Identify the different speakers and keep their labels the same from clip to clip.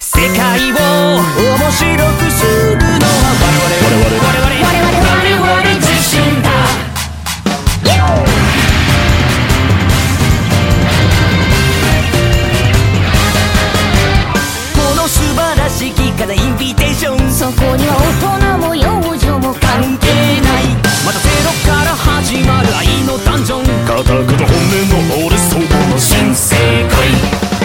Speaker 1: 世界を面白くするのは我々我々我々
Speaker 2: 我々我々自身だ
Speaker 1: この素晴らしきからインビテーション
Speaker 2: そこには大人も幼女も関
Speaker 1: 関係
Speaker 2: 係な
Speaker 1: ないいまたゼロから始まる愛のダンジョン
Speaker 3: ガタガタ本音の俺そこの新世界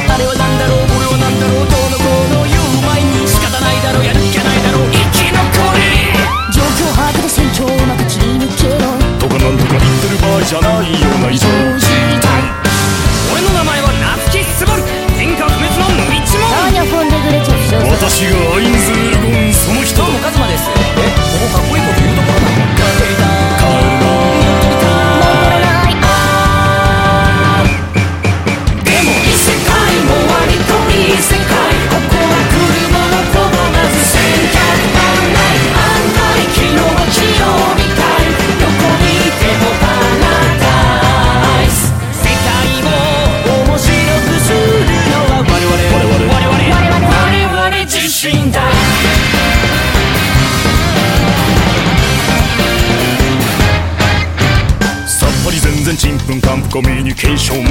Speaker 1: あれは何だろう俺は何だろうどうのこうの言う前に仕方ないだろうやる気はないだろう生き残れ
Speaker 2: 状況把握で戦況をまた切り抜けろ
Speaker 3: とかなんとか言ってる場合じゃないような異常事態
Speaker 1: 俺の名前は夏木すばる天下不滅の無一
Speaker 2: アーニャ・フォンデグレチェフ少佐
Speaker 3: 私がアインズ・エルゴンその人
Speaker 1: どうもカズマですえここかっこいいこと言うところなのやってみたい
Speaker 2: 戻らない
Speaker 1: でも異世界も割といい世界ここは車のこばまず千脚万来案外昨日は器用みたいどこにいてもパラダイス世界を面白くするのは我々我々我々我々自身だ
Speaker 3: さっぱり全然ちんぷんかんぷコミュニケーション